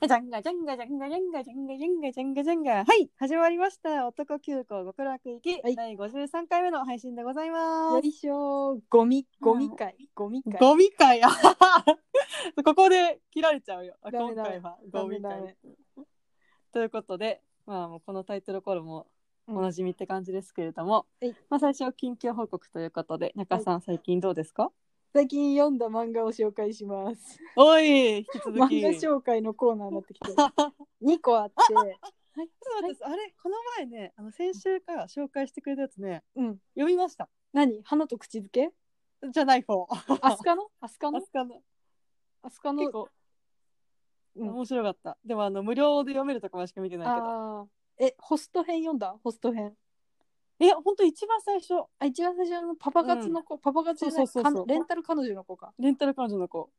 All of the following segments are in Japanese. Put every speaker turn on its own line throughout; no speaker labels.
ジャンガジャンガジャンガジャンガジャンガジャンガジャンガジャンガはい始まりました男急行極楽行き、
はい
第53回目の配信でございま
よ
す
いしょゴミゴミ会ゴミ会
ゴミ会あはは ここで切られちゃうよあ
ダ
今
メだ
回は
ダ
ゴ
メ
ミ
だ
会ねということでまあもうこのタイトルコールも
うん
おなじみって感じですけれども、
はい
まあ最初は近況報告ということで中さん最近どうですか、
最近読んだ漫画を紹介します
おい引き 続
漫画
き ちょっ
紹介のコーナーになっ てきて2個あって
と待って、あれこの前ねあの先週から紹介してくれたやつね
うん
読みました
何花と口づ け
じゃない方。
アスカのアスカの
確かの
アスカの
結構、
うん
面白かった。でもあの無料で読めるとこまでしか見てないけど。
あーえホスト編読んだホスト編
え、本当一番最初
あ一番最初のパパ活の子、パパ活じゃない
そうそうそうそう
かレンタル彼女の子か
レンタル彼女の子。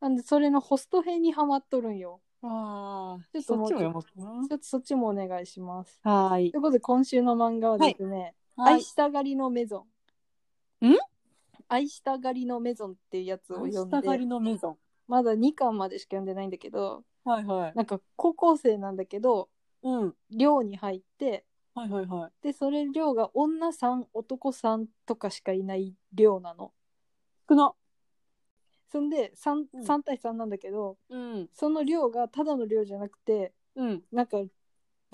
なんでそれのホスト編にハマっとるんよ
ああ、
ち
ち
ょ
ょ
っ
っ
と
と
も
そうっちも読もうか
ちょっとそっちもお願いします
な。はーい
とい。うことで今週の漫画はですね、愛したがりのメゾン。
ん
愛したがりのメゾンっていうやつを
愛
読
し
ん
たが
で
りのメゾン。
まだ2巻までしか読んでないんだけど
はいはい。
なんか高校生なんだけど
うん。
寮に入って
はいはいはい。
でそれ寮が女さん男さんとかしかいない寮なの。
少な。
そんで 3,
うん
3対3なんだけど、
うん。
その寮がただの寮じゃなくて
うん。
なんか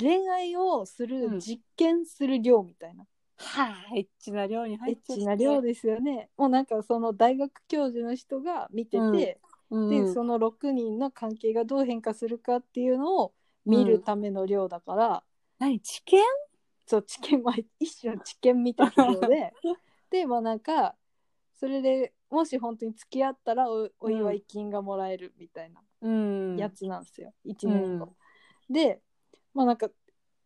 恋愛をす
う
る
ん
実験する寮みたいな。
はい。エッチな量に
エ
入っ
ッ
ちゃって。
チな寮ですよね。もうなんかその大学教授の人が見てて、
うんうん。
でその6人の関係がどう変化するかっていうのを見るための量だから、
何知見
そう知見まあ一種の知見みたいなの ででまあなんかそれでもし本当に付き合ったらおお祝い金がもらえるみたいな
うん
やつなんですよ、一1年後。でまあなんか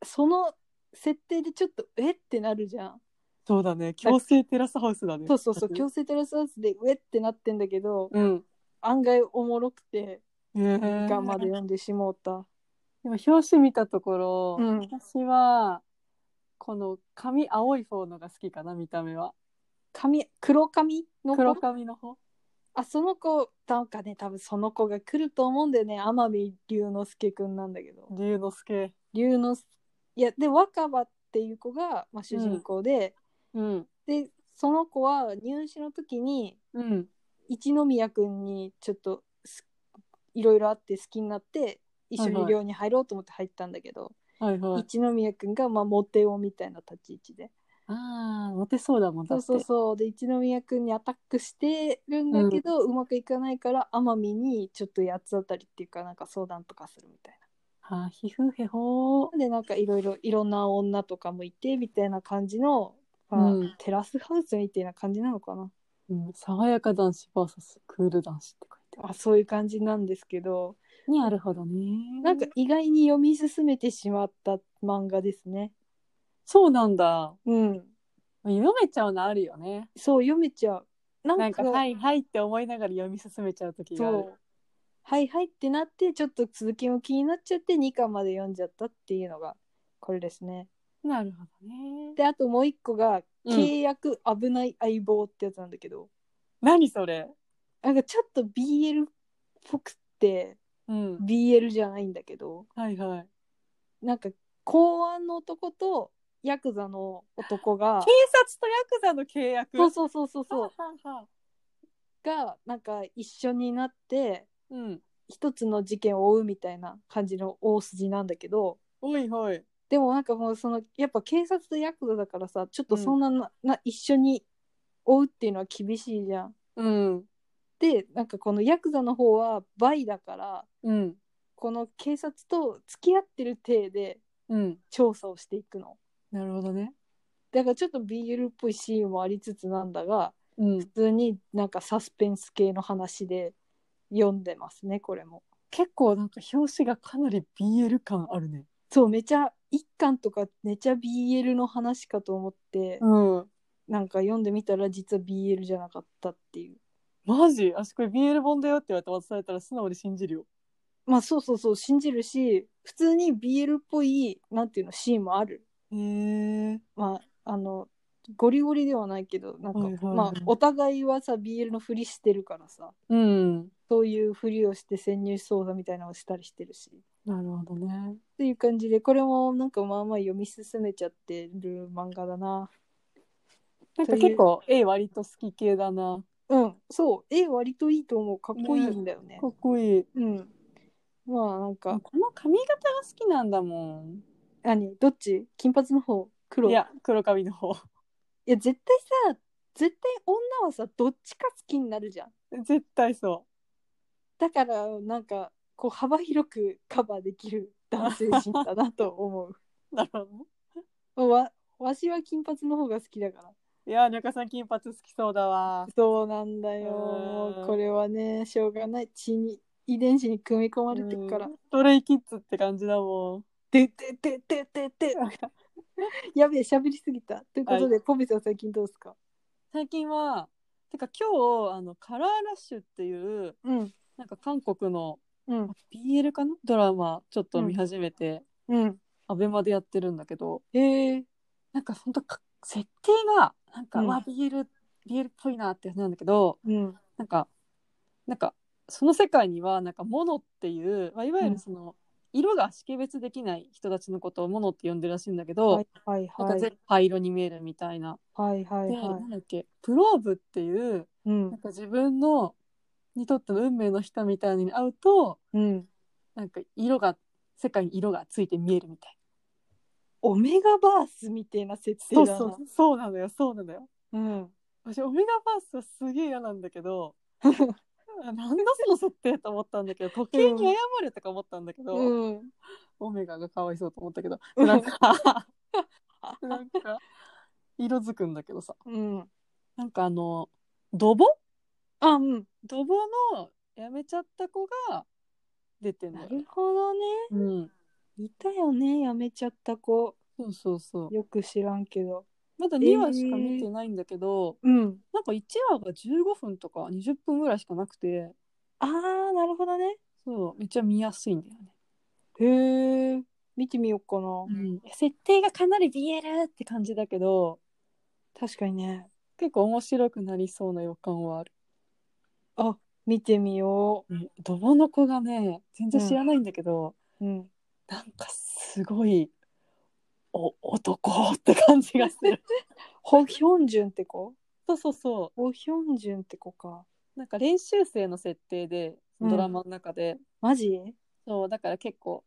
その設定でちょっとえってなるじゃん。
そうだね。強制テラスハウスだね。
そ うそうそう強制テラスハウスでえってなってんだけど
うん。
案外おもろくて
ええ
2巻まで
で
読んでしもうた。
も表紙見たところ、
うん
私はこの髪青い方のが好きかな見た目は
髪黒髪の子
黒髪の方
あその子なんかね多分その子が来ると思うんだよね天海龍之介くんなんだけど
龍之介
龍之介いやで若葉っていう子が、まあ、主人公で、
うん
でその子は入試の時に
うん
一宮くんにちょっとすいろいろあって好きになって一緒に寮に入ろうと思って入ったんだけど、
はいはい
一宮くんが、まあ、モテ男みたいな立ち位置で
ああモテそうだもんだ
そ
っ
う
て
そうそうで一宮君にアタックしてるんだけど、うまくいかないから天海にちょっと八つ当たりっていうかなんか相談とかするみたい
はあひふへほー
な。でなんかいろいろいろんな女とかもいてみたいな感じの、まあ
うん
テラスハウスみたいな感じなのかな
うん、爽やか男子 VS クール男子って書いてある
あそういう感じなんですけど
になるほどね
なんか意外に読み進めてしまった漫画ですね。
そうなんだ
うん、
読めちゃうのあるよね
そう読めちゃうなんか
なんかはいはいって思いながら読み進めちゃう時がある
そうはいはいってなってちょっと続きも気になっちゃって2巻まで読んじゃったっていうのがこれですね。
なるほどね
であともう一個が「
うん
契約危ない相棒」ってやつなんだけど、
何それ
なんかちょっと BL っぽくて
うん
BL じゃないんだけど
はいはい
なんか公安の男とヤクザの男が
警察とヤクザの契約
そうそうそうそうそう
はあはあはあ
がなんか一緒になって
うん。
一つの事件を追うみたいな感じの大筋なんだけど。
おいおい。
でもなんかもうそのやっぱ警察とヤクザだからさちょっとそんなな,、な一緒に追うっていうのは厳しいじゃん。
うん。
でなんかこのヤクザの方は倍だから
うん。
この警察と付き合ってる体で
うん。
調査をしていくの。
なるほどね。
だからちょっと BL っぽいシーンもありつつなんだが
うん
普。通になんかサスペンス系の話で読んでますねこれも。
結構なんか表紙がかなり BL 感あるね。
そうめちゃ一巻とかめちゃ BL の話かと思って、
うん。
なんか読んでみたら実は BL じゃなかったっていう。
マジあしこれ BL 本だよって言われて渡されたら素直に信じるよ。
まあそうそうそう信じるし普通に BL っぽいなんていうのシーンもある
へえ。
まああのゴリゴリではないけどなんか、
はいはいはい
まあお互いはさ BL のふりしてるからさ
うん。
そういうふりをして潜入捜査みたいなのをしたりしてるしっ
なるほどね。
ていう感じでこれもなんかまあまあ読み進めちゃってる漫画だな
なんか結構絵割と好き系だな。
うんそう絵割といいと思うかっこいいんだよね
かっこいい。
うんまあなんか、
この髪型が好きなんだもん。
何どっち金髪の方黒
いや、黒髪の方。
いや絶対さ絶対女はさどっちか好きになるじゃん
絶対そ
だからなんかこう幅広くカバーできる男性陣だなと 思
う。なるほどね。
うわわしは金髪の方が好きだから
いやー、中さん金髪好きそうだわ。
そうなんだよ
うん
これはねしょうがない血に遺伝子に組み込まれてるから、
うんストレイキッズって感じだもん。
でででででで やべえ喋りすぎたということで、ポビさん最近どうですか
最近は、てか今日、あの、カラーラッシュっていう、
うん
なんか韓国の
うん
あ BL かなドラマ、ちょっと見始めて、
うん
アベマでやってるんだけど、
へえ
なんか本当設定が、なんか、
うん
わ、BL、BL っぽいなってやつなんだけど、
うん
なんか、なんか、その世界には、なんか、モノっていう、まあ、いわゆるその、色が識別できない人たちのことをモノって呼んでるらしいんだけど、
はいはい
なんか
はい
全部灰色に見えるみたいな。
はいはい
で、
は
なんだっけ、プローブっていう、
いうん
なんか自分の、にとっての運命の人みたいなのに会うと、
うん
なんか色が、世界に色がついて見えるみたい
オメガバースみたいな設定
な。
だ
そ
な
うそう、そうなのよ、そうなのよ。
うん
私、オメガバースはすげえ嫌なんだけ ど、あなんだその設定と思ったんだけど、時計に謝れとか思ったんだけど、
うん
オメガがかわいそうと思ったけど、
うん
なん か、なんか、色づくんだけどさ、
うん。
なんかあの、ドボ
あ、うん。
ドボのやめちゃった子が出てんだ
な
よ。
るほどね。
うん。
いたよね、やめちゃった子。
そうそうそう。
よく知らんけど。
まだ2話しか見てないんだけど、
うん。
なんか1話が15分とか20分ぐらいしかなくて、
あー、なるほどね。
そう、めっちゃ見やすいんだよね。
へえ。見てみようかな。
設定がかなり BL って感じだけど、
確かにね。
結構面白くなりそうな予感はある。
見てみよ
ドボの子がね全然知らないんだけど、
う。うん。
なんかすごいお男って感じがす る
ホヒョンジュンって子
そうそうそ
ホヒョンジュンって子か。
うなんか練習生の設定で
うん
ドラマの中で、
マジ
そうだから結構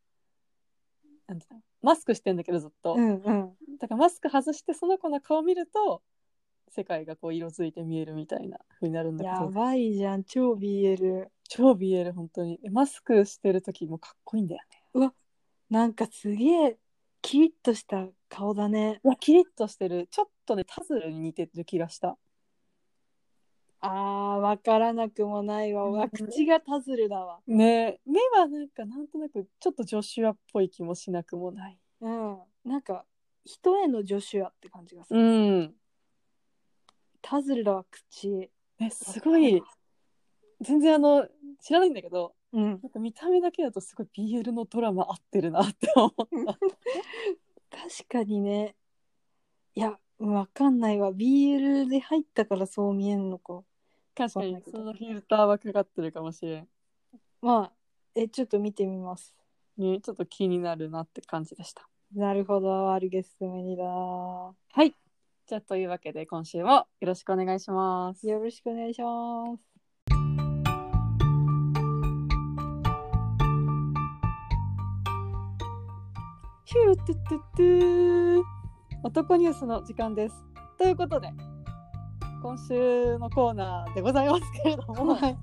なんていうのマスクしてんだけどずっと、
うんうん。
だからマスク外してその子の顔見ると世界がこう色づいて見えるみたいな風になるんだけ
や
ど
ばいじゃん、超 BL。
超 BL 本当にえマスクしてる時もかっこいいんだよね
なんかすげえ、キリッとした顔だね。
うわキリッとしてるちょっとねタズルに似てる気がした
あー、わからなくもないわ。わ口がタズルだわ。
ね目はなんかなんとなくちょっとジョシュアっぽい気もしなくもない。
うん、なんか人へのジョシュアって感じがする、
ん。
タズルだわ口
ね、すごい、全然あの、知らないんだけど、
うん
なんか見た目だけだとすごい BL のドラマ合ってるなって思った。
確かにねいやわかんないわ BL で入ったからそう見えんのか
確かに、そのフィルターはかかってるかもしれん。
まあえちょっと見てみます
ね、ちょっと気になるなって感じでした。
なるほどアルゲスメニだよ
はい。じゃあ、というわけで今週もよろしくお願いします。
ろしくお願いします
ヒュートゥトゥトゥー男ニュースの時間です。ということで、今週のコーナーでございますけれども、
はい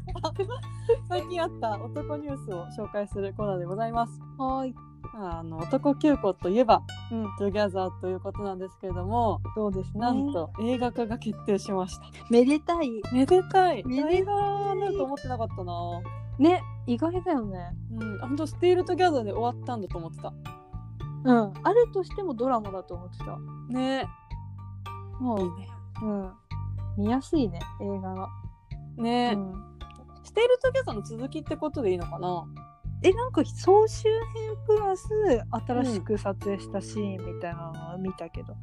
最近あった男ニュースを紹介するコーナーでございます。
はい
あの男急行といえば、
うん
トゥギャザーということなんですけれども、
そうですね
なんと映画化が決定しました。
めでたい
めでたい。
めでたい
映画になると思ってなかったな。
ね意外だよね
うん、あ本当スティールとギャザーで終わったんだと思ってた。
うんあるとしてもドラマだと思ってた
ね
もう
ね。
うん見やすいね映画が、
ね
うん
ステールトゥギャザーの続きってことでいいのかな
えなんか総集編プラス新しく撮影したシーンみたいなのは見たけど、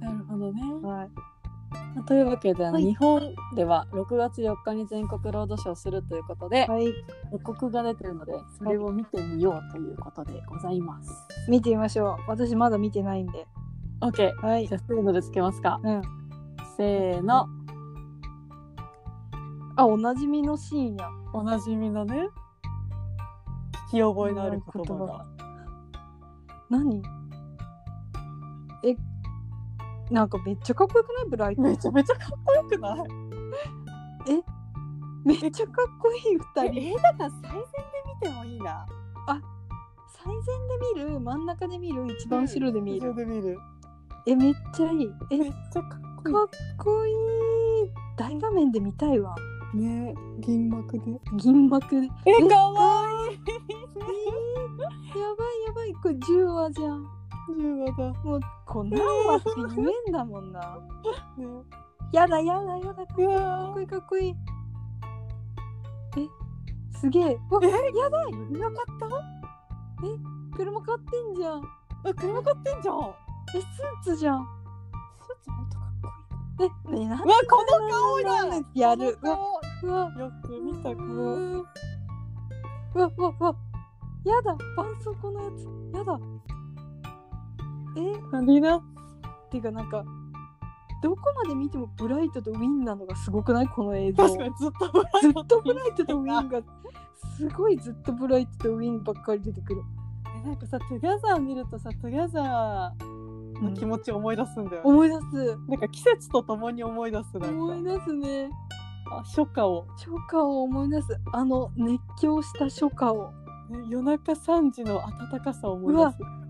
なるほどね。
はい
というわけで、あの
はい
日本では6月4日に全国ロードショーをするということで、
はい、
予告が出てるのでそれを見てみようということでございます。
見てみましょう。私まだ見てないんで。
OK
はい
じゃ。あせーのでつけますか。
うん。
せーの
あ、おなじみのシーンや。
おなじみのね聞き覚えのある言葉が。
何え、なんかめっちゃかっこよくないブライト。
めちゃめちゃかっこよくない
めっちゃかっこいい二人。
映画館最善で見てもいいな。
最前で見る、真ん中で見る、一番後ろで見る。
で見る。
え、めっちゃいい。え、
めっ
か
ちゃかっ
っこいい。大画面で見たいわ。
いい。ね銀幕で。
銀幕で。
え
え
かわいい。
えー、やばいやばい。これ10話じゃん。
十話だ。
もうこんなのって言えんだもんな。
ね。
やだやだやだ。か
いや
っこいいかっこいい。え、すげえ。わ、やだい。
ー。よかっ
車買ってんじゃん。
た。あ車買ってんじゃん。
え、スーツじゃん。
スーツ本当かっこい
え、ね、なん
い。うわこの顔
な
だ
ん。でやる
この顔
うわ。
よく見た
う
顔。
んうわうわうわ。やだ。絆創膏のやつ。やだ。え、
なんでな。
ていうかなんか。どこまで見てもブライトとウィンなのがすごくないこの映像
確かにずっとブラ
ず
イ
っ
ト
とブライトとウィンがすごいずっとブライトとウィンばっかり出てくる
えなんかさ、トゥギャザー見るとさ、トゥギャザーの気持ちを思い出すんだよね、
思い出す
なんか季節とともに思い出す。なん
思
か
い出すね
あ初夏を、
初夏を思い出すあの熱狂した初夏を
ね夜中3時の暖かさを思い出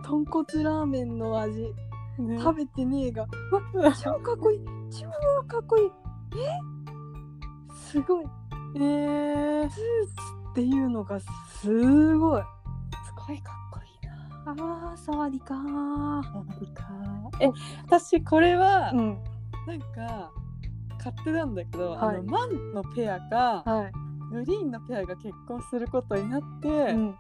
豚骨ラーメンの味
す。ね
食べてねえがうわ超かっこいい超かっこいいえすごい
えー、す
っていうのがすごい
ごいかっこいいな。
あーサワディカー
え、私これは、
うん
なんか勝手なんだけど、
はい
あのマンのペアか、
は
グリーンのペアが結婚することになって、
い、うん、。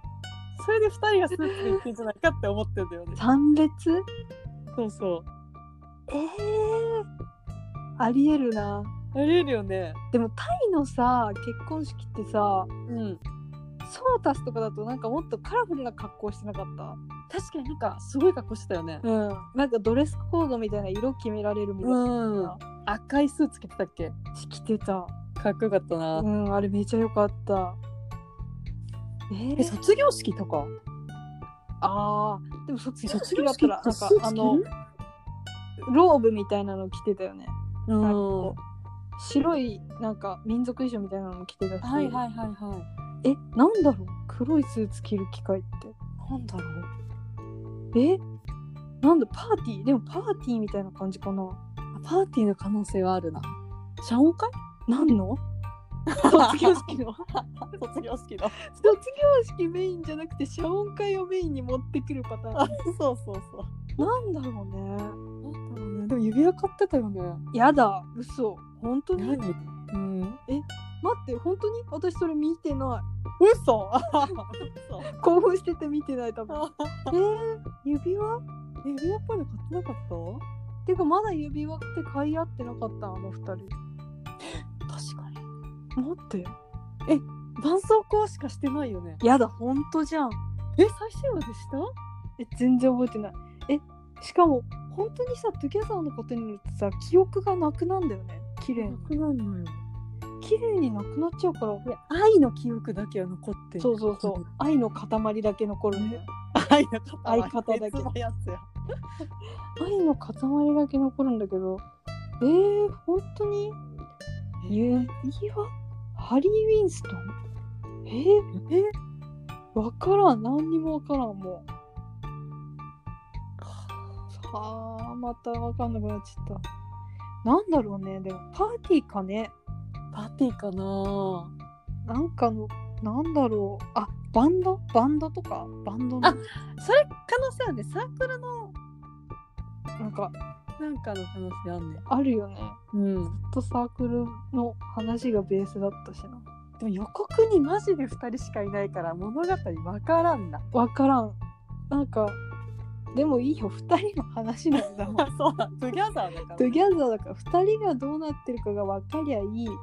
それで2人がスーツで行ってんじゃないかって思ってんだよね
三列
そうそ
えー、ありえるな
う。ありえるよね。
でもタイのさ結婚式ってさ
うん。
ソータスとかだとなんかもっとカラフルな格好してなかっ
確かになんかすごい格好してたよね
た。うんなんかドレスコードみたいな色決められるみたいな、
うん。赤いスーツ着てたっけ
着てた
かっこよかったな。
うんあれめちゃ良かったえ
え、
ー、
卒業式とか
あーでも卒業
卒
式
業
だっ
式
た
だ
ら
った
なん
らな
か
んか
あ
あ
の
の、
ローブみたいなの着てたよね
う
なんか
ん。
こう白いなんか民族衣装みたいなのも着てたし、
はいはいはいはい。
えなんだろう黒いスーツ着る機会って
なんだろう
えなんだパーティーでもパーティーみたいな感じかな
あパーティーの可能性はあるな。謝恩 会
何の
卒
卒
業
業
式
式
の
の
卒業式の。
卒業式メインじゃなくて謝恩会をメインに持ってくるパター
あそうそうそ
ンなんだろ
う。
う
なんだろうね。でも指輪買ってたよね。
ねやだ嘘本当に
何
待
うん。
って本当に私それ見てな
嘘
い 興奮してて見てない 多分えー、指輪っ
指輪っぽいの買ってなかって
かまだ指輪って買い合ってなかったあの二人
た確かに。
待って
絆創膏しかしてないよね。
やだ本当じゃん
え、最終話でした
え全然覚えてないえしかも本当にさトゥギャザーのことによってさ記憶がなくなんだよね綺麗に
なんのよ。
綺麗になくなっちゃうから
で愛の記憶だけは残ってる
そうそうそう 愛の塊だけ残るね
愛の方
相方だけ
別のやつや
愛の塊だけ残るんだけどえー、本当に指輪ハリー・ウィンストンえー、えわからん何にもわからんもうはあまたわかんなくなっちゃったなんだろうねでもパーティーかね
パーティーかな
なんかのなんだろうあバンドバンドとかバンドの
あそれ可能性あるねサークルの
なんか
なんかの可能性あるね
あるよね
うん
ずっとサークルの話がベースだったしな
でも予告にマジで2人しかいないから物語わからんな
わからんなんかでもいいよ2人の話なん だもん
そうだ、トゥギャザーだから。
トゥギャザーだから2人がどうなってるかが分かりゃいい、うん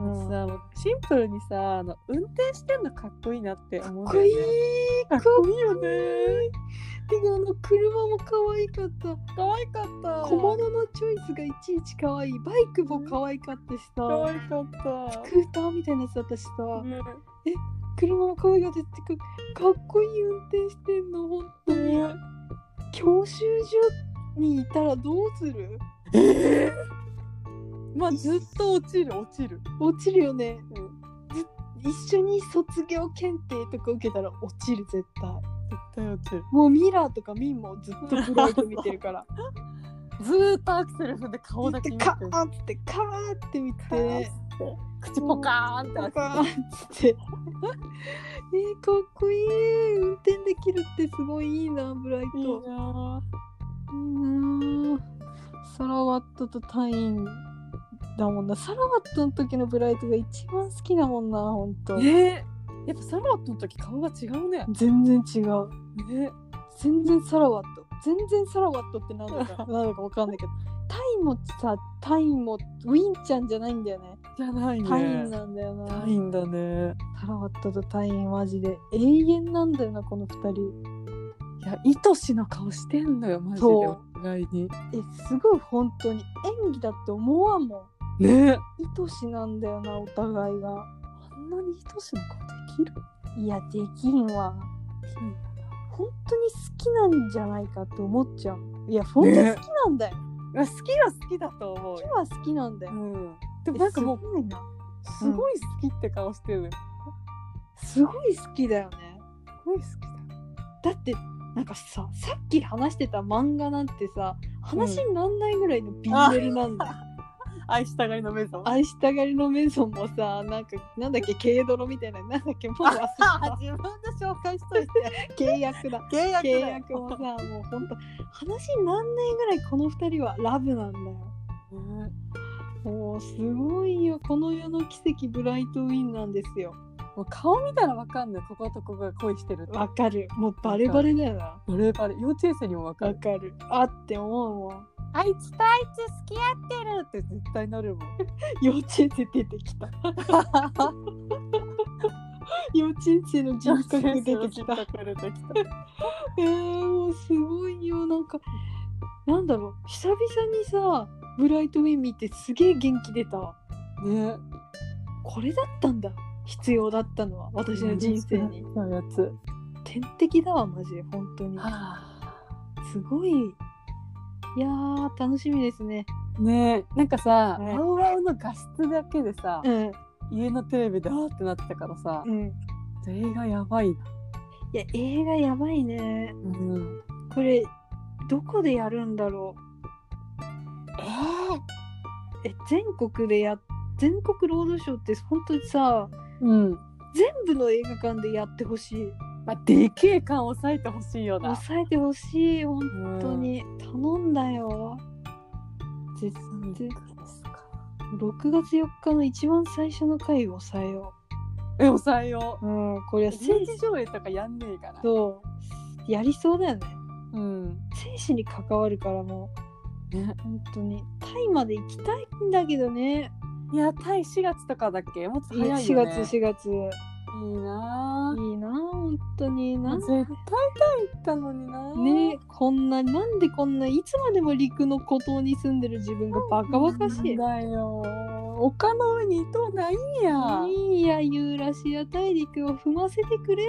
さもうシンプルにさあの運転してんのかっこいいなって思うん
かっ
だ
こ
よ
いい
ね
かっこいいよね
かっ
てかあの車も可愛かった
可愛かった
小物のチョイスがいちいち可愛いバイクも可愛かったし
可
さ
愛かった
スクーターみたいなやつだったしさ
ね
車も可愛かったってかかっこいい運転してんの本当に
ね
教習所にいたらどうする
まあずっと落ちる落ちる
落ちるよね、ず一緒に卒業検定とか受けたら落ちる絶対
絶対落ちる
もうミラーとかミンもずっとブレーク見て るから
ずーっとアクセル踏んで顔
行っ
だけ
て
見て
カーンってカーンって見てね
口ポカーンって
パ
開
カーンっ
けて
つって ねえかっこいい運転できるってすごいいいなブライ
いい
ト
な
うんサラワットとタインだもんなサラワットの時のブライトが一番好きだもんなほんと
ぁねやっぱサラワットの時顔が違うね
全然違う
ね
全然サラワット全然サラワットってなんだ かなんだかわかんないけどタインもさタインもウィンちゃんじゃないんだよね
じゃないね
タインなんだよな
タインだね
サラワットとタインマジで永遠なんだよなこの2人
いや愛しの顔してんのよマジで
そう
お互いに
えすごい本当に演技だって思わんもん
ね
愛しなんだよなお互いが
あんなに愛しの顔できる
いやできんわ本当に好きなんじゃないかって思っちゃういや本当に好きなんだよ、
まあ好きは好きだと思う
好き
よ
は好きなんだよ、
うんでもなんかもう
えすごいな
すごい好きって顔してるね
すごい好きだよね
すごい好き
だってなんかささっき話してた漫画なんてさ話になんないぐらいの BL なんだよ、
だ愛したがりのメゾン
愛したがりのメゾンもさなんかなんだっけ軽泥みたいななんだっけもう忘れ
あ
た
自分で紹介しといて
契約だ
契約
契
だよ
約もさもうほんと話になんないぐらいこの2人はラブなんだよ
ね
もうすごいよこの世の奇跡ブライトウィンなんですよ
もう顔見たらわかんないこことここが恋してるって
わかるもうバレバレだよな
バレバレ幼稚園生にもわか
わ
る
かるあって思うもん
あいつとあいつ付き合ってるって絶対なるもん
幼稚園生出て きた幼稚園生の人格出てきた
人格出てきた
えー、もうすごいよなんかなんだろう久々にさブライトウィン見てすげえ元気出た
ね
これだったんだ必要だったのは私の人生に
そうやつ
天敵だわマジで本当にすごいいやー楽しみですね
ねなんかさ、
ね
ワウワウの画質だけでさ、
うん
家のテレビであーってなってたからさ、
うん
映画やばいな、
いや映画やばいね
うん、
これどこでやるんだろ
え
うえ全国でや全国ロードショーって本当にさ
うん
全部の映画館でやってほしい
まあ、でけえ感抑えてほしいよな
抑えてほしい本
本
当に頼んだよ絶対6月4日の一番最初の回を抑えよ
え抑えよ
ううんこれ
う
は精
正
神
規上映とかやんねえから
とやりそうだよね
うん
精神に関わるからも
ね
う本当にタイまで行きたいんだけどね
いやタイ4月とかだっけもっと
いや
早い
4
よ、
月
ね、
4月
いいなぁ
いいな本当になん
絶対タイ行ったのにな
ねこんななんでこんないつまでも陸の孤島に住んでる自分がバカバカしい
なんだよ丘の上に糸ないんや
いいやユーラシア大陸を踏ませてくれ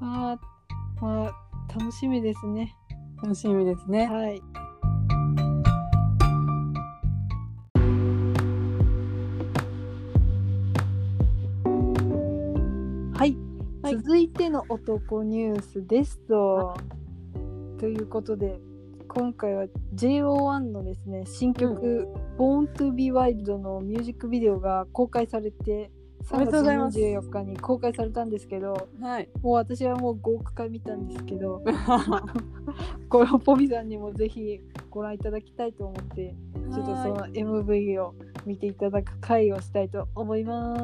まあまあ楽しみですね
楽しみですね
はいはい、
はい
続いての男ニュースですと、ということで今回は JO1 のですね新曲「Born to be Wild」のミュージックビデオが公開されて
おめで
3月
とうございます
24日に公開されたんですけど
はい
もう私はもう5億回見たんですけど これをポミさんにもぜひご覧いただきたいと思ってちょっとその MV を見ていただく回をしたいと思いま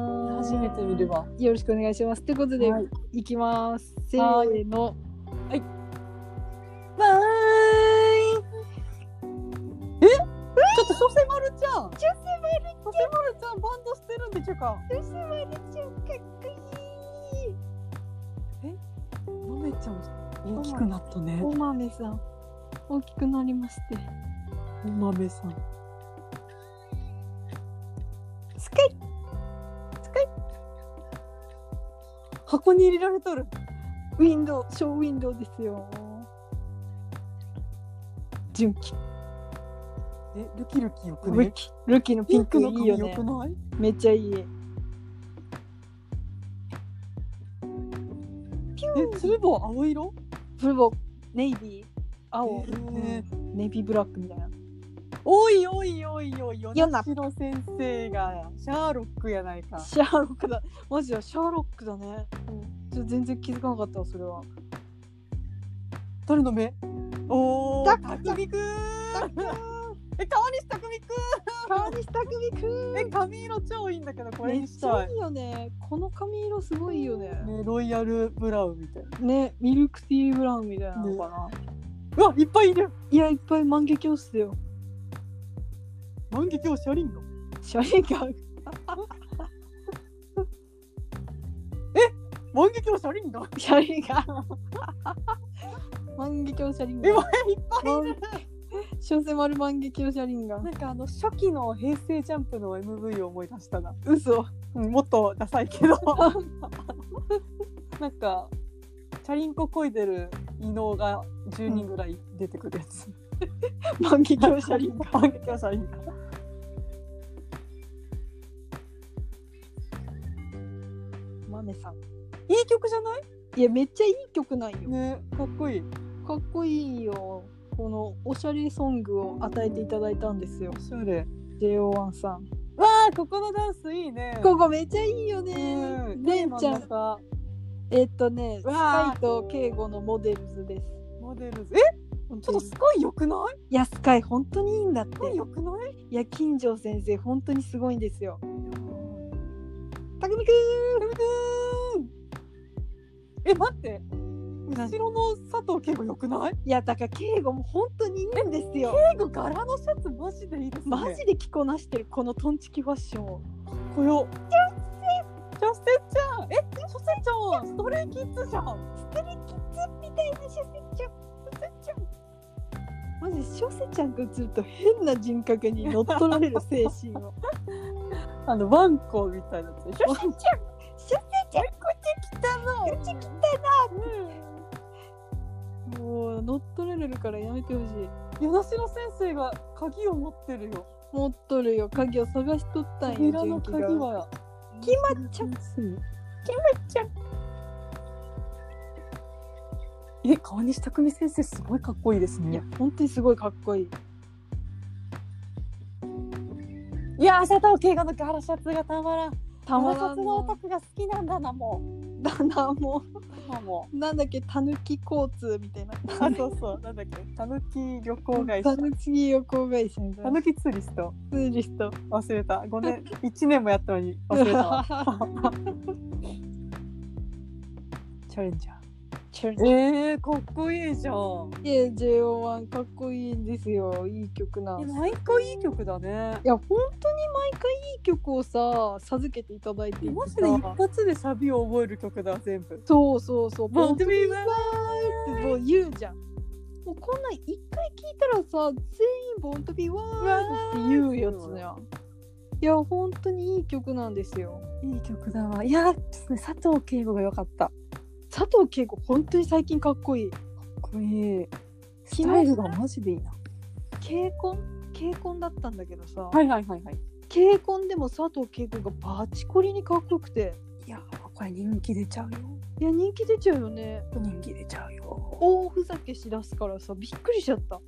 す
初めて見るわ
よろしくお願いしますということで、
はい
い、きますせ
はい
ーの
はいソセマルちゃん。ソセマルちゃん。ソセマルちゃんバンドしてるんでちゅか。
うすまるちゃんかっこいい。
のめちゃん大きくなったね。
お豆さん大きくなりまして。
お豆さん。
スカイ
箱に入れられとる。
ウィンドウショーウィンドウですよ。純喜
え、ルキルキよく
ル
ね。
キルキのピンクの
ピ
いい
ンクの
よね
髪。よくない
めっちゃいい。ピュ
え、
ー
つるぼ青色
プルボネイビー青、
えー
うんネイビーブラックみたいな。
おいおいおいおい、
よ
よ
な
なしろ先生がシャーロックやないか。
シャーロックだ。マジだシャーロックだね。ちょっと全然気づかなかったわそれは。
誰の目おお、
だ
たくみくんえ、川西たくみく
川西匠くん。
んえ、髪色超いいんだけど、これ
めっ
にし
ち
た
ゃ
い。
いいよね。この髪色すごいよね。
ね、ロイヤルブラウンみたいな。
ね、ミルクティーブラウンみたいなのかな。
うわ、いっぱいいる
いや、いっぱい万華鏡っすよ。
万華鏡シャリンゴ。
シャレが。
万華鏡シャリンゴ
シャレが。万華鏡シャリンガ
え、。わいっぱいいる
万小生丸万華鏡シャリンガ
な。んかあの初期の平成ジャンプの MV を思い出したな、
嘘。
うん、もっとダサいけど なんかチャリンコこいでる異能が10人ぐらい出てくるやつ、
万華鏡シ ャリンガ。
ガ万華鏡シャリンガ
マネさん。
いい曲じゃない
いや、めっちゃいい曲ないよ。
ねかっこいい
かっこいいよ。このおしゃれソングを与えていただいたんですよ
お。しゃれ
JO1 さん。
わあここのダンスいいね
ここめっちゃいいよ
う
ね。
ん
レンちゃ。
なんか
えっとね、ス
うわー
カイとケイゴのモデルズです。
モデルズえちょっとすごい良くない
いや、スカイ本当にいいんだって
す。ごい良くない
いや、金城先生本当にすごいんですよ。
たくみくーくんえ待って後ろの佐藤結構良くない
いや、だからケイゴも本当にいいんですよ。
最後柄のシャツマジでいいですね
マジで着こなしてるこのトンチキファッションを。
こよキャステちゃんえキャステちゃんストレイキッズじゃん
マジ小セちゃんが映ると変な人格に乗っ取られる精神 を。
あのワンコみたいなやつでしょ
ワンちゃん、シュセちゃん、こっち来たの。こっち来たの。もう乗っ取られるからやめてほしい。
与那城先生が鍵を持ってるよ
持っとるよ、鍵を探しとったんよ。
扉の鍵
純喜が。
は
決まっちゃう。
え川西匠先生すごいかっこいいです
いや
ね、
本当にすごいかっこいい。
いやー佐藤慶吾の柄シャツがたまらん
たま
柄シ
ら
ャ
ん
ツのオタ
の。
クが好きなんだなも
だな、も
う今も
う、なんだっけ、たぬき交通みたいな。
あそうそうなんだっけたぬき旅行会社
たぬき旅行会社みた
た
いな。
ぬきツーリスト
ツーリスト。
忘れた五 年一年もやったのに忘れたわ チャレンジャー
チェル
えー、かっこいいじゃん。
いや JO1 かっこいいんですよ。いい曲なんです。
毎回いい曲だね
い。や本当に毎回いい曲をさ授けていただいていて
マジ
さ
で一発でサビを覚える曲だ、全部。
そうそうそう「ボン
ボン
ド
ド
ビ
ビ
ー
ー
バ
バ
ーイ!」ってもう言うじゃんもうこんなん一回聞いたらさ全員「ボンドビーワーイ!」って言うやつやんいや本当にいい曲なんですよ
いい曲だわ。いや、佐藤敬吾が良かった。か
佐藤恵子本当に最近かっこいい
っこいい。
スタイル
がマジでいいな。
軽婚軽婚だったんだけどさ
はいはいはいはい。
軽婚でも佐藤恵子がバチコリにかっこよくて
いやー、これ人気出ちゃうよ。
いや人気出ちゃうよね
人気出ちゃうよ。
大ふざけしだすからさびっくりしちゃった
は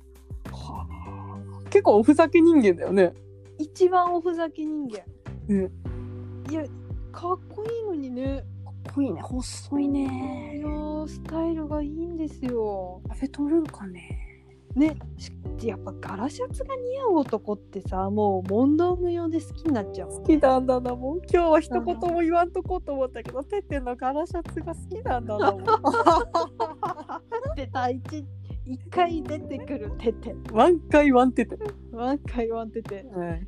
あ結構おふざけ人間だよね。
一番おふざけ人間
ね
いやかっこいいのにね
かっこいいね。細い
い
ね
や。ースタイルがいいんですよ
食べとるんかね。
ねしやっぱ柄シャツが似合う男ってさもう問答無用で好きになっちゃうもん
好
ね
きなんだな、もう。今日は一言も言わんとこうと思ったけど、てってんの柄シャツが好きなんだな、もう。
だって第一一回出てくるテテ
挽回ワンテテ。
何回ワンテテ
はい。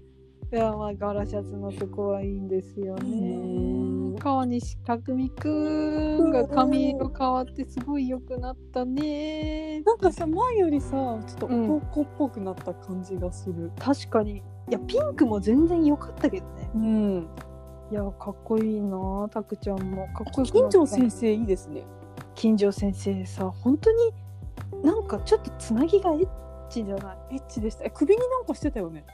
いやまあガラシャツのとこはいいんですよ
いいね
ね川西匠くんが髪色変わってすごい良くなったね
なんかさ、前よりさ、ちょっと
うん
男っぽくなった感じがする。
確かにいやピンクも全然良かったけどね
うん。
いやかっこいいなたくちゃんもかっこよくな
金
った
城先生いいですね。
金城先生さ本当になんかちょっとつなぎがエッチじゃない
エッチでした。え、首になんかしてたよね。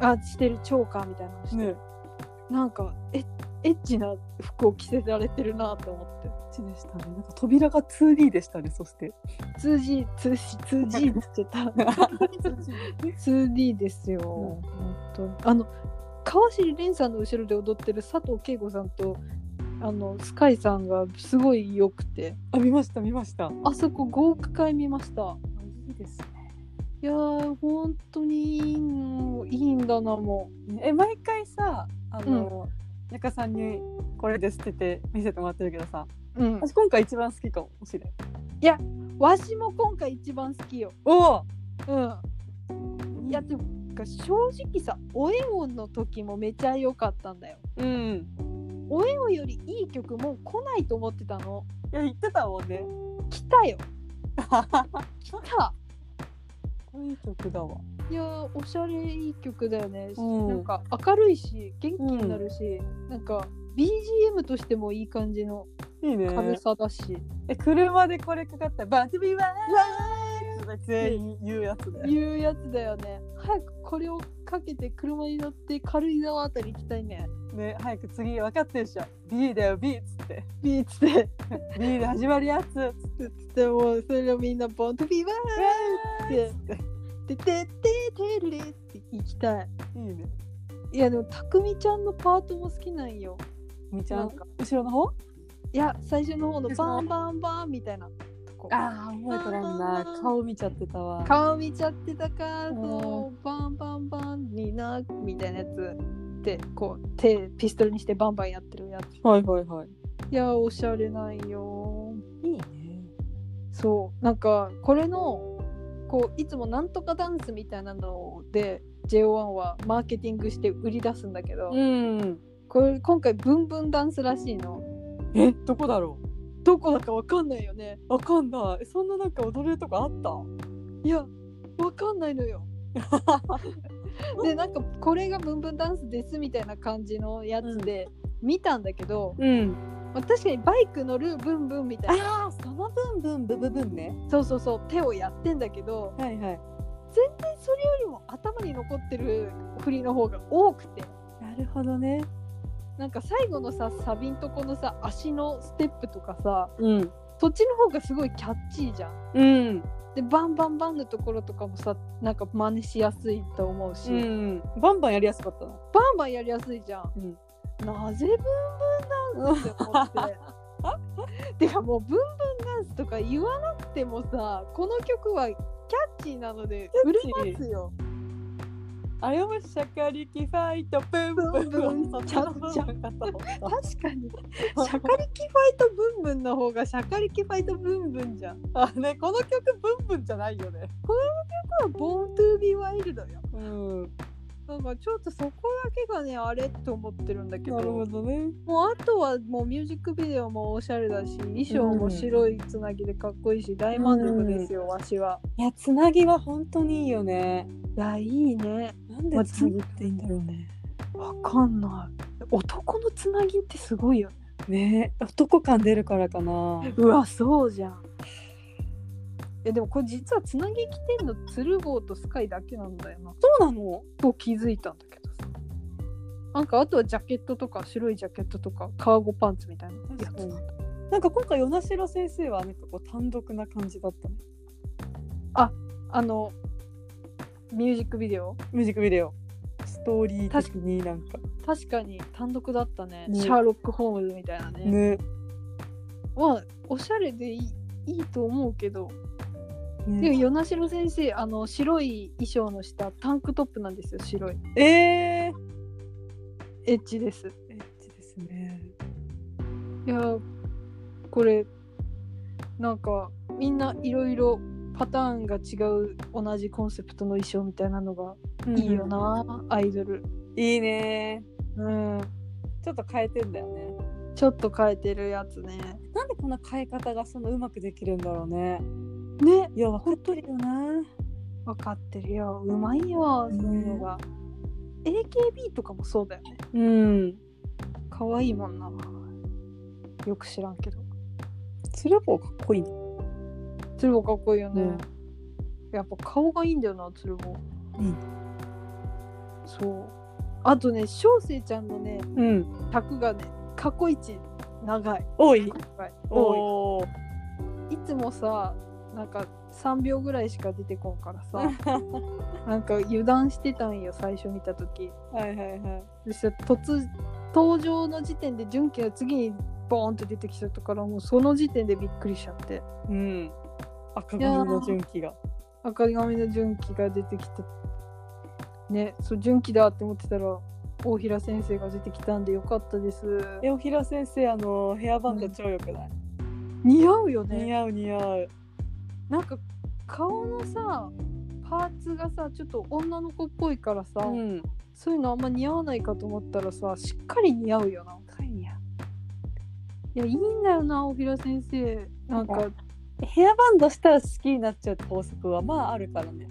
あしてるチョーカーみたいなのして
ね。エ
る、
ッ
なんかエッエッチな服を着せられてるなと思って
チでしたね。なんか扉が 2D でしたね。そして。
2G 2G 2G って言っ ちゃった 2D ですよ、本当あの川尻蓮さんの後ろで踊ってる佐藤恵子さんとあのスカイさんがすごい良くて
あ、見ました見ました。
あそこ5億回見ました
いいですね。
いやー本当にいいのいいんだなも
え、毎回さ、あの、中さんにこれですってて見せてもらってるけどさ、
う、うん、
私今回一番好きかもしれん。
わしも今回一番好きよ
おお。
うんいやでもなんか正直さおえおの時もめちゃ良かったんだよ
うん。
おえおよりいい曲もう来ないと思ってたの
いや言ってたもんね。
来た よ
こ
来た
れいい曲だわ。
いやーおしゃれいい曲だよね、
うん
なんか明るいし元気になるし、なんか BGM としてもいい感じの
いいね。
軽さだし、
え車でこれかかったらバントビーワーン全員言うやつだよ。
いうやつだよね早くこれをかけて車に乗って軽井沢あたり行きたいね
ね早く次分かってるでしょ。B だよ B っつって。
ビーチで
B で始まるやつ。わ
つってもうそれをみんなボンとビーバ
ー
ーってでてててるれって行きたい
いいね。
いやでもたくみちゃんのパートも好きなんよ
みちゃ
なんんか
後ろの方？
いや最初の方の
です
バ
か
ンバンバンみたいなとこ
ああ覚えとらんな。顔見ちゃってたわ。
顔見ちゃってたか
うん
そうバンバンバンになみたいなやつでこう手ピストルにしてバンバンやってるやつ
はいはいはい。
いやおしゃれなんよ
いいね。
そうなんかこれのこういつもなんとかダンスみたいなので JO1 はマーケティングして売り出すんだけど、
うん。
これ今回ブンブンダンスらしいの
えどこだろう？
どこだかわかんないよね
わかんない。そんななんか踊れるとこあった？
いやわかんないのよでなんかこれがブンブンダンスですみたいな感じのやつで見たんだけど、
うん。
まあ確かにバイク乗るブンブンみたいな
ああその分分部部分ね。
そうそうそう手をやってんだけど
はいはい。
でそれよりも頭に残ってる振りの方が多くて
なるほどね。
なんか最後のさサビんとこのさ足のステップとかさ
うん。
そっちの方がすごいキャッチーじゃん。
うん。
でバンバンバンのところとかもさなんか真似しやすいと思うし、
うん、バンバンやりやすかったの。
バンバンやりやすいじゃん。なぜブンブンダンスって思って。 てかもうブンブンダンスとか言わなくてもさこの曲はキャッチーなので売
キャッチー
れますよ。
あれもシャカリキファイトブンブン
ブンブン
ちゃんちゃんかと思っ
確か にシャカリキファイトブンブンの方がシャカリキファイトブンブンじゃん。
た。あねこの曲ブンブンじゃないよね。
ボーントゥービーワイルドよ。
うん。
なんかちょっとそこだけがねあれって思ってるんだけど
なるほどね。
もうあとはもうミュージックビデオもおしゃれだし衣装も白いつなぎでかっこいいし、大満足ですよ、わしは。
いやつなぎは本当にいいよね。
いやいいね
なん
ま
で
あ
つなぎっていいんだろうね。
わかんない男のつなぎってすごいよね
ね男感出るからかな。
うわそうじゃんえでもこれ実はつなぎ着てんの鶴房とスカイだけなんだよな
そうなの？
と気づいたんだけどさなんかあとはジャケットとか白いジャケットとかカーゴパンツみたいなやつなんだ
なんか今回与那城先生はなんかこう単独な感じだったね。
あのミュージックビデオ
ミュージックビデオ。ストーリー的になんか
確かに単独だったね、
ね
シャーロック・ホームズみたいなね
ね
まあおしゃれでいいいいと思うけど、でも
ね
与那城先生あの白い衣装の下タンクトップなんですよ白い
えー、
エッジです
エッチですね。
いやーこれなんかみんないろいろパターンが違う同じコンセプトの衣装みたいなのがいいよな、アイドル
いいね
うん
ちょっと変えてんだよね
ちょっと変えてるやつね
なんでこんな変え方がそのうまくできるんだろうね
ね
いや分かってるよな
分かってるようまいよそういうのが AKB とかもそうだよね
うん
可愛いもんなよく知らんけど
それはこうかっこいいね
鶴房かっこいいよね、
うん
やっぱ顔がいいんだよな鶴房
うん
そうあとね小生ちゃんのね
うん
卓がね過去一長い
多い
長い多
多い
いいつもさなんか3秒ぐらいしか出てこんからさなんか油断してたんよ最初見た時
はいはいはい
そしたら突登場の時点で純喜の次にボーンと出てきちゃったからもうその時点でびっくりしちゃって
うん赤髪の純喜が
赤髪の純喜が出てきたねそう純喜だって思ってたら大平先生が出てきたんでよかったです
えおひら先生あのヘアバンド超良くない、
似合うよね
似合う似合う
なんか顔のさパーツがさちょっと女の子っぽいからさ、
うん
そういうのあんま似合わないかと思ったらさしっかり似合うよな
や
いやいいんだよな大平先生なんか
ヘアバンドしたら好きになっちゃうって法則はまああるからね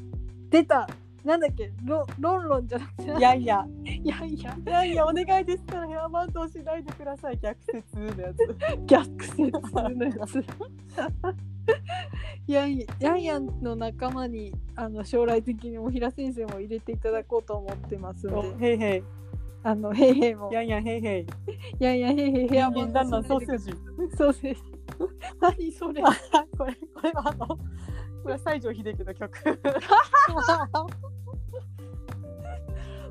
出たなんだっけロロンロンじゃなくて
いやいや
いやいや
いやいやお願いですからヘアバンドをしないでください逆説のやつ
逆説のや つヤンヤンヤンの仲間にあの将来的に大平先生も入れていただこうと思ってますので
おへいへ
あのヘイヘイも
いやいやへいへい
ヤンヤンヘイヘイヘ
ヘ
ア
ア
バ
バ
ン
ンドの
ドしな
ソー
いで
セージ
そうです何それ
これこれはあのこれは西城秀樹の曲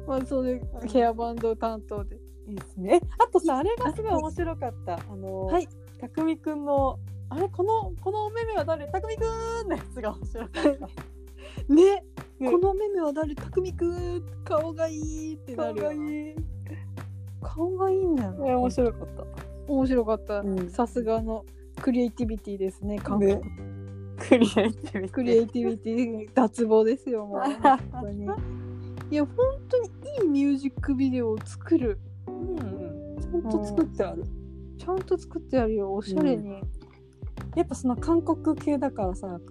まあそれヘアバンド担当で
いいですねえあとさあれがすごい面白かったあの
はい
たくみくんのあれこのこのお目目は誰たくみくんのやつが面白かっ
ね
ね
このメメは誰たくみくん顔がいいって
た
なるよ
い
ない顔がいいんだよね
面白かった
面白かった
うん
さすがのクリエイティビティですね韓国
ねクリエイティビティ
クリエイティビティ脱帽ですよ、もう。本当にいや、本当にいいミュージックビデオを作る。
うんうんちゃんと作ってある
ちゃんと作ってあるよ、おしゃれに。
やっぱその韓国系だからさこ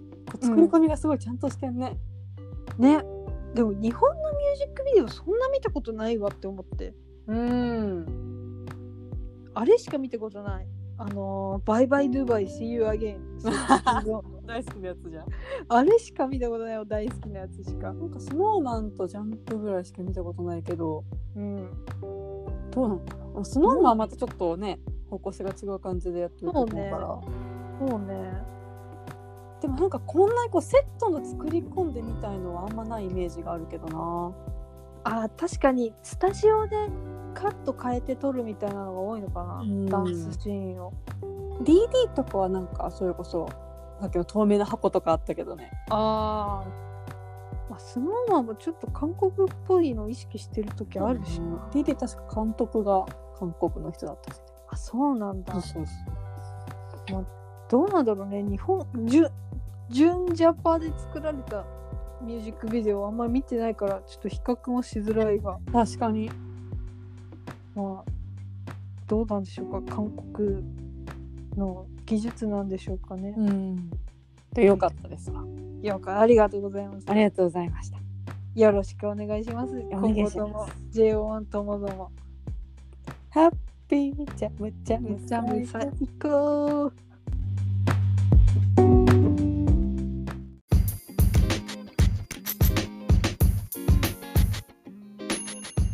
う作り込みがすごいちゃんとしてんね、
ね。でも、日本のミュージックビデオ、そんな見たことないわって思って。
うん。
あれしか見たことない。あのー、バイバイドゥバイ、See You Again。
大好きなやつじゃん。
あれしか見たことないよ、大好きなやつしか。
なんかスノーマンとジャンプぐらいしか見たことないけど、
うん。
どうなのかな。スノーマンはまたちょっとね、方向性が違う感じでやってると思うから。
そそうね。
でもなんかこんなにこうセットの作り込んでみたいのはあんまないイメージがあるけどな。
あー確かにスタジオでカット変えて撮るみたいなのが多いのかな、
うん
ダンスシーンを
DD とかはなんかそれこそ。さっきの透明な箱とかあったけどね。
あー、まあスノーマンもちょっと韓国っぽいの意識してる時あるしな、
DD 確か監督が韓国の人だったし。
あそうなんだ
そうそう。
どうなんだろうね日本純純ジャパで作られたミュージックビデオはあんまり見てないからちょっと比較もしづらいが
確かに。
まあどうなんでしょうか韓国の技術なんでしょうかね、
うん。で良かったですわ。
よくありがとうございます
ありがとうございました。
よろしくお願いします。
願
今
いします
後とも JO1 ともども。
ハッピージャムジャム
むちゃむ最高。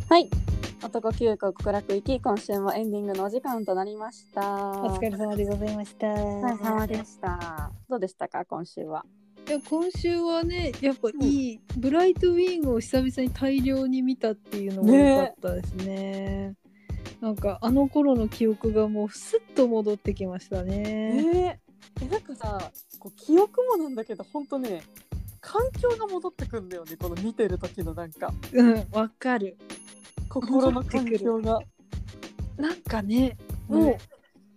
はい。男急行極楽行き、今週もエンディングのお時間となりました。
お疲れ様でございました。
お疲れ様でした。どうでしたか、今週は。
いや今週はね、やっぱいい、ブライトウィングを久々に大量に見たっていうのも良かったですね。なんかあの頃の記憶がもうすっと戻ってきました
え
ね。
え、なんかさ、こう記憶もなんだけど、本当ね。環境が戻ってくんだよね、この見てる時のなんか。
うん、わかる。
心の環境が。
なんかね、
うん
もう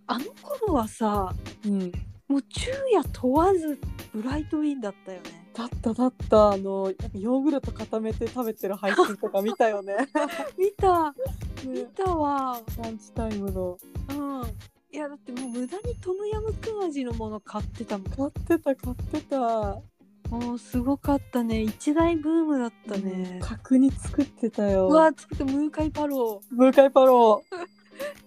あの頃はさ、
うん。
もう昼夜問わずブライトウィンだったよね。
だっただったあのヨーグルト固めて食べてる配信とか見たよね
見た見
ね
たわ。
ランチタイムの
うん。いやだってもう無駄にトムヤムクン味のもの買ってたもん。
買ってた買ってた
もうすごかったね。一大ブームだったね。
角煮作ってたよ
うわ作ってムーカイパロー
ムーカイパロ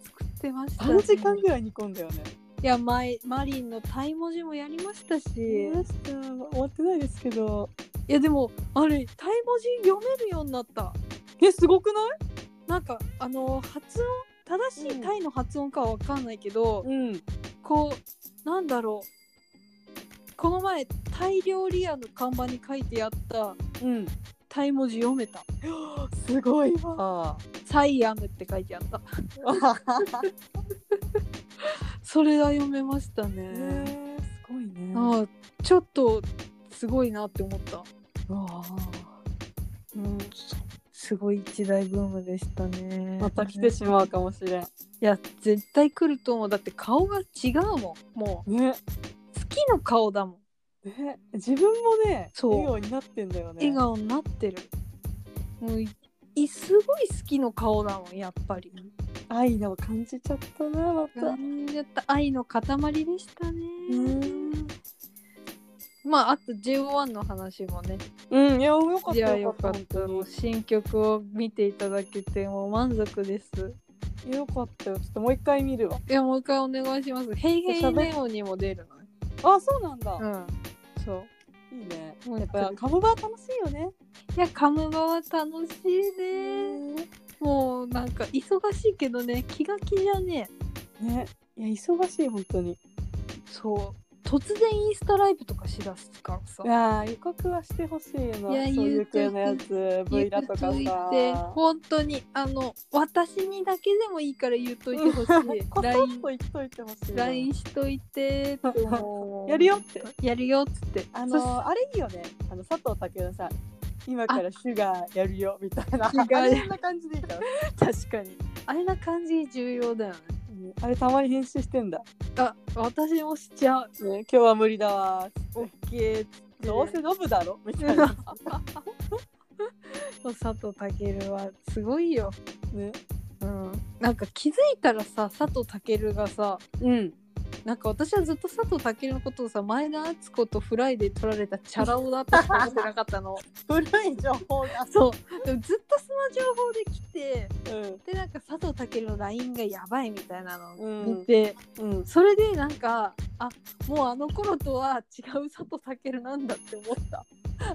作ってまし
ー
た、ね。
3時間ぐらい煮込んだよね
いや前マリンのタイ文字もやりましたし。
見ました終わってないですけど
いやでもあれタイ文字読めるようになった。
えすごくない
なんかあの発音正しいタイの発音かは分かんないけど、
うん
こうなんだろうこの前タイ料理屋の看板に書いてあった
うん
タイ文字読めた
すごいわ
「サイアム」って書いて あったそれは読めました
え
ね、
ー、すごいね
ああちょっとすごいなって思った、
うわ
うん、すごい一大ブームでしたね
また来てしまうかもしれん
いや絶対来ると思うだって顔が違うもんも
ね
う好きの顔だもん
ね自分もね
そう
笑顔になってんだよね
笑顔になってるもういいすごい好きの顔だもんやっぱり
愛を感じちゃったなまた
やった愛の塊でしたね
うん
まああと JO1 の話もね
うんいやよかっ
いや
た
よ
よ
か
か
っ
ったた
も
本
う新曲を見ていただけてもう満足です
当によかったよちょっともう一回見るわ
いやもう一回お願いします「ヘイヘイレオン」にも出る
あそうなんだ、
のうんそう
いいね
うん
やっぱカムバー楽しいよね
いやカムバは楽しいねもうなんか忙しいけどね気が気じゃねえ
ねいや忙しい本当に
そう突然インスタライブとかしだすからさ
いやー予告はしてほしいない
や
そういう系の
言
や
う
つ V ラとかさ
言っといて本当にあの私にだけでもいいから言っとい てほし
こ
い
そっと言っと
LINE
いてほしいな
LINE しといてって思う
やるよって
やるよっつって
あ
そし
のあれいいよねあの佐藤健さん今からシュガーやるよみたいな
シュガー
あれそんな感じでいいから
確かにあれな感じ重要だよね
うんあれたまに編集してんだ、ね、
あ私もしちゃう
今日は無理だわー
オッケーっつって
どうせ飲むだろみたいな、
佐藤健はすごいよ
ね、
うんなんか気づいたらさ佐藤健がさ
うん
なんか私はずっと佐藤健のことをさ前田敦子とフライで撮られたチャラ男だとしか思ってなかったの
古い情報が、
そうでもずっとその情報で来て
うん
でなんか佐藤健の LINE がやばいみたいなの
う
を
ん
見て、
うん、
それでなんかあもうあの頃とは違う佐藤健なんだって思った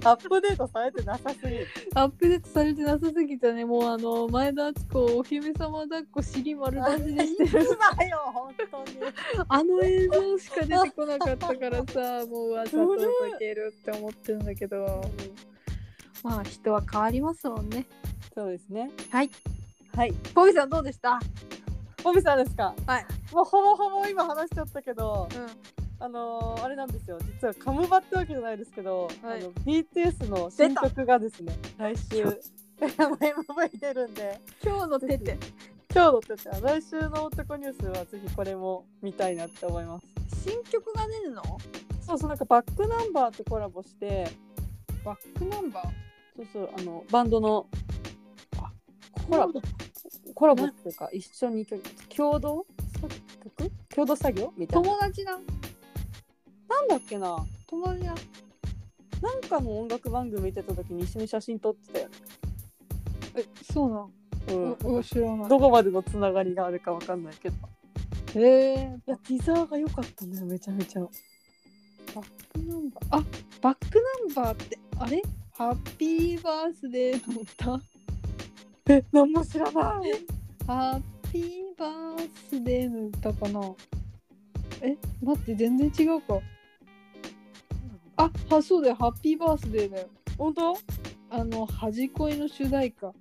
アップデートされてなさすぎる
アップデートされてなさすぎたねもうあの前田敦子をお姫様抱っこ尻丸出しでしてる
なよ本当に
あの映像しか出てこなかったからさ もうわざとかけるって思ってるんだけどまあ人は変わりますもんね
そうですね
はい
はい
ポビさんどうでした
ボビさんですか
はい
もうほぼほぼ今話しちゃったけど
うん
あのー、あれなんですよ実はカムバってわけじゃないですけど、
はい
あの BTS の新曲がですね来週あの MV 出るんで
今日のテ
ぜ
テ
今日のってた来週の男ニュースはぜひこれも見たいなって思います
新曲が出るの
そうそうなんかバックナンバーとコラボして
バックナンバー
そうそうあのバンドのあコラボ
コラ
コラボっていうか一緒に曲共同作曲共同作業みたいな
友達だ
なんだっけな
友達だ
なんかの音楽番組見てた時に一緒に写真撮ってたよね、
えそうなの
うん、
うん知らな
どこまでのつながりがあるかわかんないけど
いへえ
いやティザーが良かったんだよめちゃめちゃ
バックナンバーあバックナンバーってあれハッピーバースデーの歌
え何も知らない
ハッピーバースデーの歌かなえ待って全然違うかあはそうだよハッピーバースデーだよ
本当う
あの「恥恋」の主題歌
わ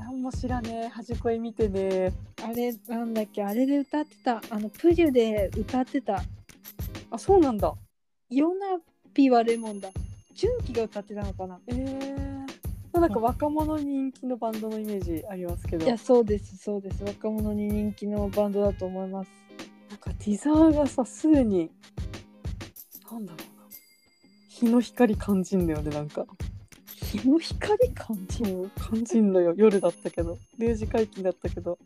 何も知らねえ端っこへ見てね
あれなんだっけあれで歌ってたあのプリュで歌ってた
あそうなんだ
「ヨナピはレモンだ」純喜が歌ってたのかな
えー、なんか若者に人気のバンドのイメージありますけど
いやそうですそうです若者に人気のバンドだと思います
なんかティザーがさすでになんだろう日の光感じんだよねなんか
日の光感じる
そう感じんのよ夜だったけど0時解禁だったけど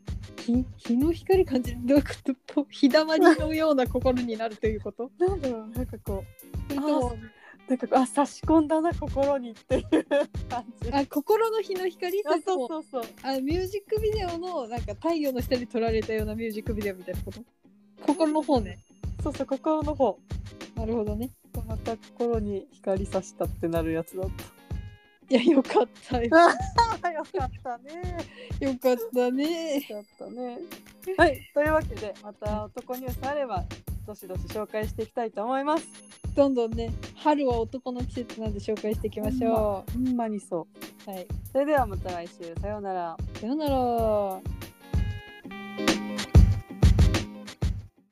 日日の光感じるどういうこと
と日だまりのような心になるということなんだろうなんかこうあなんかこうあ差し込んだな心にっていう 感じ
ああ心の日の光
あそ
そう
そうそう
あミュージックビデオのなんか太陽の下に撮られたようなミュージックビデオみたいなこと心の方ね
そうそう心の方
なるほどね
また心に光さしたってなるやつだっ
いやよかった よ
たよかったね
よかったね
だったね。はい、というわけで、また男ニュースあれば、どしどし紹介していきたいと思います。
どんどんね春は男の季節なんで紹介していきましょ
ほんまにそう。
うはい
それではまた来週、さようなら。
さよなら